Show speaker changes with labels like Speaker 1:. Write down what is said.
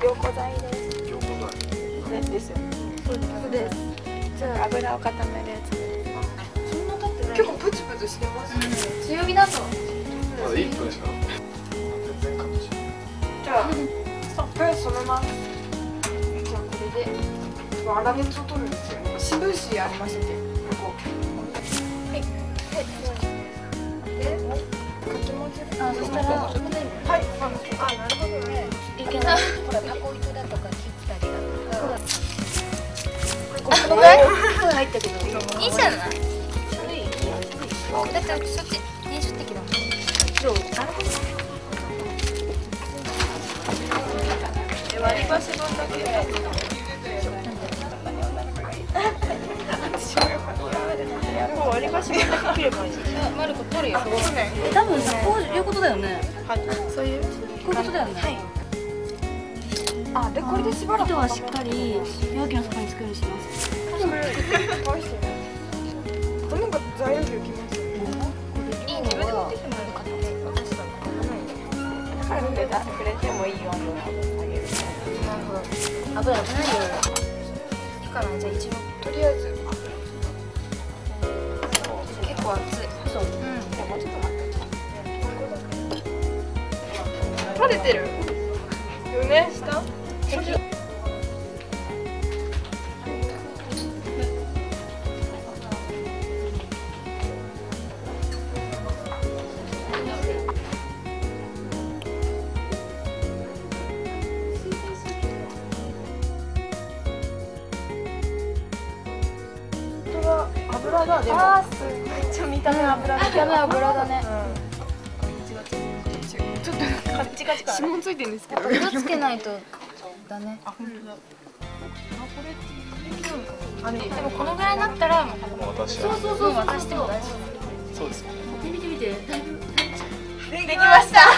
Speaker 1: 餃子材です
Speaker 2: 両方だ
Speaker 1: ねですよね
Speaker 3: そうです
Speaker 1: じゃあ油を固めるやつで
Speaker 3: そんな経ってない
Speaker 4: 結構プツプツしてますね
Speaker 3: 強火だと
Speaker 2: まだ1分しか全然カットしない
Speaker 4: じゃあストップそのままじゃあこれで粗熱を取るんですよね渋々ありましたっけここかき混ぜる
Speaker 3: あそしたら
Speaker 4: はいあなるほどね
Speaker 3: いけない
Speaker 1: ほらタコ糸だとか切ったりだとか
Speaker 3: このぐらい入ったけど
Speaker 5: いいじゃないだからそっち飲酒的だもん
Speaker 4: 割り箸のだけ割り箸が切ればいい。
Speaker 5: マルコ取るよ
Speaker 3: え多分さこういうことだよね
Speaker 4: そういう。
Speaker 3: こういうことだよね
Speaker 4: あ、でこれでしばらく
Speaker 3: 糸はしっかり容器の底につくようにします
Speaker 4: これなんか材料表決めますよね。
Speaker 5: いいのは私だね
Speaker 1: 軽く出た触れてもいい温度を上げる
Speaker 5: なるほど
Speaker 3: 油危ないよ
Speaker 5: いいかなじゃあ一応
Speaker 4: とりあえず。
Speaker 5: 結構熱い
Speaker 3: そう
Speaker 5: う
Speaker 1: もうちょっと待って
Speaker 4: 取れてる。よね、下。本当だ油だでもあーすめっちゃ見た目油だ
Speaker 3: やばい油だね
Speaker 4: ちょっとなんかカッチカチ指紋ついてるんですけど。
Speaker 5: ん色つけないとだね
Speaker 4: あ、本当だ。あ、これって。
Speaker 5: でもこのぐらいになったらもう
Speaker 2: もう私
Speaker 3: そう
Speaker 2: は
Speaker 3: そうそうそう
Speaker 5: 渡しても大丈夫
Speaker 2: そうですか
Speaker 3: 見て見て
Speaker 4: で
Speaker 3: 見て
Speaker 4: きました。